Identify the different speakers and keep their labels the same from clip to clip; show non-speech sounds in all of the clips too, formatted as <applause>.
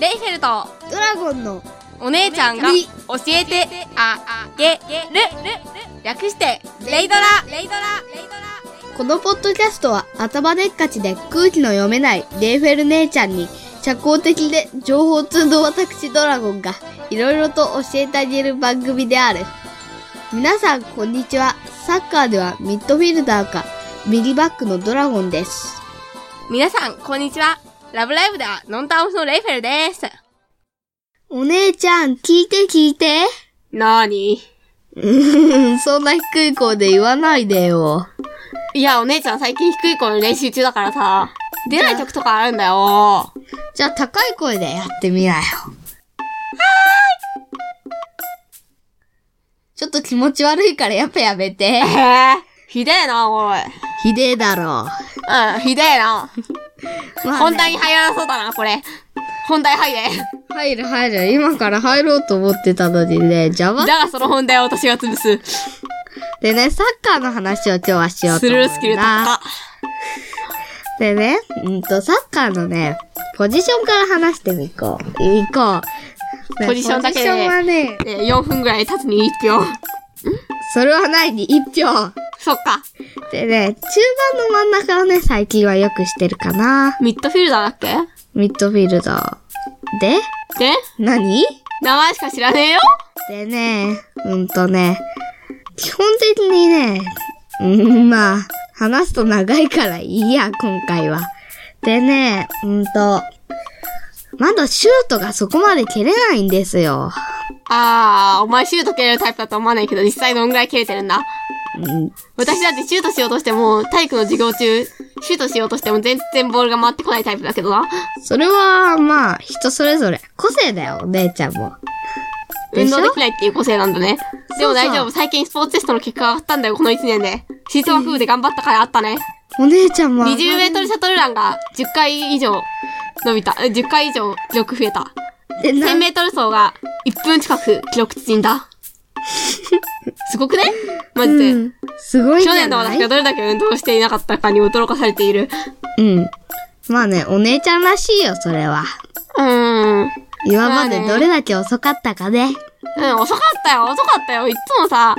Speaker 1: レイフェルト
Speaker 2: ドラゴンの
Speaker 1: お姉ちゃんが
Speaker 2: み
Speaker 1: 教えてあげる略してレイドラレイドラレイドラ
Speaker 2: このポッドキャストは頭でっかちで空気の読めないレイフェル姉ちゃんに社交的で情報通の私ドラゴンがいろいろと教えてあげる番組である。皆さんこんにちは。サッカーではミッドフィルダーかミリバックのドラゴンです。
Speaker 1: 皆さんこんにちはラブライブではノンタオフのレイフェルです
Speaker 2: お姉ちゃん聞いて聞いて。 <laughs>
Speaker 1: なーに
Speaker 2: うんそんな低い声で言わないでよ。
Speaker 1: いや、お姉ちゃん最近低い声の練習中だからさ、出ない曲とかあるんだよ。
Speaker 2: じゃあ高い声でやってみなよ。ちょっと気持ち悪いからやっぱやめて
Speaker 1: え。ぇ、ひでえな、おい。
Speaker 2: ひでえだろ
Speaker 1: うん、ひでえな。
Speaker 2: う。まあね
Speaker 1: 本題に入らなそうだな、これ。本題入れ。
Speaker 2: 入る入る。今から入ろうと思ってたのにね、邪魔
Speaker 1: だ。がその本題を私が潰す。
Speaker 2: でね、サッカーの話を今日はしようと
Speaker 1: ス
Speaker 2: 思
Speaker 1: ル
Speaker 2: う
Speaker 1: ー
Speaker 2: ん
Speaker 1: スキル
Speaker 2: だ。
Speaker 1: 高。
Speaker 2: でね、うんと、サッカーのね、ポジションから話してみこう。いこう。ね
Speaker 1: ポジションだけ
Speaker 2: ポジションはね、
Speaker 1: えー、4分ぐらい経つに1票。
Speaker 2: それはないに一票。
Speaker 1: そっか。
Speaker 2: でね、中盤の真ん中をね、最近はよくしてるかな。
Speaker 1: ミッドフィルダーだっけ
Speaker 2: ミッドフィルダー。で、
Speaker 1: で、
Speaker 2: 何
Speaker 1: 名前しか知らねえよ。
Speaker 2: でね、うんとね、基本的にね、うん、まあ、話すと長いからいいや、今回は。でね、うんと、まだシュートがそこまで蹴れないんですよ。
Speaker 1: あー、お前シュート蹴れるタイプだと思わないけど、実際どんぐらい蹴れてるんだ。
Speaker 2: うん、
Speaker 1: 私だってシュートしようとしても、体育の授業中、シュートしようとしても全然ボールが回ってこないタイプだけどな。
Speaker 2: それは、まあ、人それぞれ。個性だよ、お姉ちゃんも。で
Speaker 1: 運
Speaker 2: し
Speaker 1: 動
Speaker 2: ょ
Speaker 1: できないっていう個性なんだね。でも大丈
Speaker 2: そうそ
Speaker 1: 夫。最近スポーツテストの結果が上がったんだよ、この1年で。吹奏楽部で頑張ったからあったね。
Speaker 2: お姉ちゃんも。
Speaker 1: 20メートルシャトルランが10回以上伸びた。え10回以上記録増えた。
Speaker 2: でな
Speaker 1: 1000メートル走が1分近く記録縮んだ。すごくねマジで。
Speaker 2: うんすごいんじ
Speaker 1: 去
Speaker 2: ゃな
Speaker 1: 年
Speaker 2: い
Speaker 1: の私がどれだけ運動をしていなかったかに驚かされている。
Speaker 2: うん。まあね、お姉ちゃんらしいよ、それは。
Speaker 1: うーん。
Speaker 2: 今までどれだけ遅かったかね。
Speaker 1: うん、遅かったよ、遅かったよ。いっつもさ、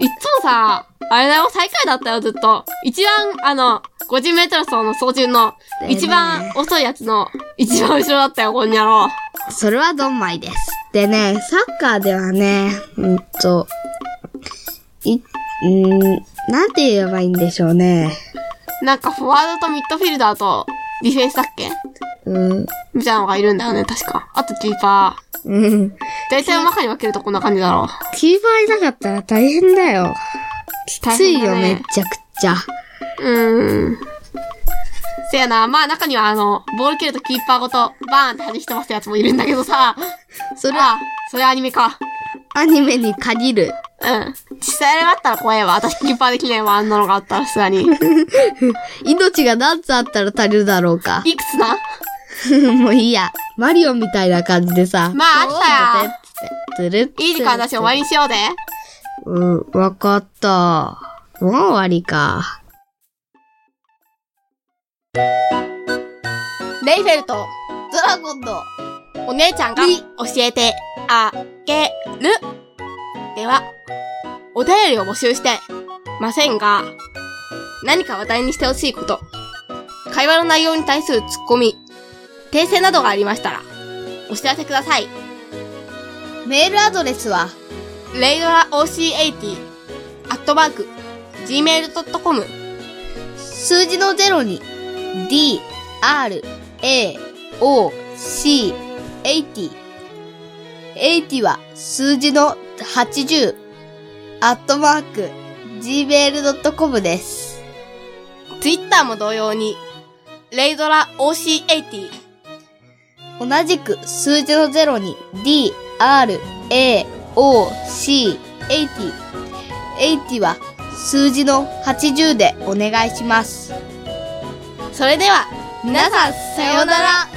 Speaker 1: いっつもさ、あれだよ、最下位だったよ、ずっと。一番、あの、50メートル走の操縦の、
Speaker 2: だよね
Speaker 1: 一番遅いやつの、一番後ろだったよ、こんにゃろう。
Speaker 2: それはドンマイです。でね、サッカーではね、うんと、い、うんなんて言えばいいんでしょうね。
Speaker 1: なんか、フォワードとミッドフィルダーと、ディフェンスだっけ
Speaker 2: うん、
Speaker 1: みたいなのがいるんだよね、確か。あと、キーパー。
Speaker 2: うん。
Speaker 1: 大体中に分けるとこんな感じだろう。
Speaker 2: キーパーいなかったら大変だよ。き
Speaker 1: 大
Speaker 2: つい
Speaker 1: 変だ
Speaker 2: よ、め
Speaker 1: ね
Speaker 2: ちゃくちゃ。
Speaker 1: うーん。せやな、まあ中にはあの、ボール蹴るとキーパーごと、バーンって弾き飛ばすやつもいるんだけどさ。
Speaker 2: それ
Speaker 1: あ
Speaker 2: は
Speaker 1: あ、それアニメか。
Speaker 2: アニメに限る。
Speaker 1: うん。実際あれがあったら怖いわ。私キーパーできないわ。あんなのがあったら、さすが <laughs> に。いく
Speaker 2: 命が何つあったら足りるだろうか。
Speaker 1: つな
Speaker 2: <laughs> もういいや。マリオみたいな感じでさ。
Speaker 1: まああったよ
Speaker 2: ポーンってつって。つるっつるっつる
Speaker 1: いい時間だし、終わりにしようぜ。
Speaker 2: うん、わかった。もう終わりか。
Speaker 1: レイフェルト、
Speaker 2: ドラゴンの
Speaker 1: お姉ちゃんが
Speaker 2: み
Speaker 1: 教えてあげる。では、お便りを募集してませんが、何か話題にしてほしいこと、会話の内容に対するツッコミ、訂正などがありましたら、お知らせください。
Speaker 2: メールアドレスは、
Speaker 1: レイドラ OC80、アットマーク、gmail.com、
Speaker 2: 数字の0に、d, r, a, o, c, 80。80は数字の80、アットマーク、gmail.com です。
Speaker 1: ツイッターも同様に、レイドラ OC80、
Speaker 2: 同じく数字の0に、d, r, a, o, c, 80。80は数字の80でお願いします。
Speaker 1: それでは、皆さん、さようなら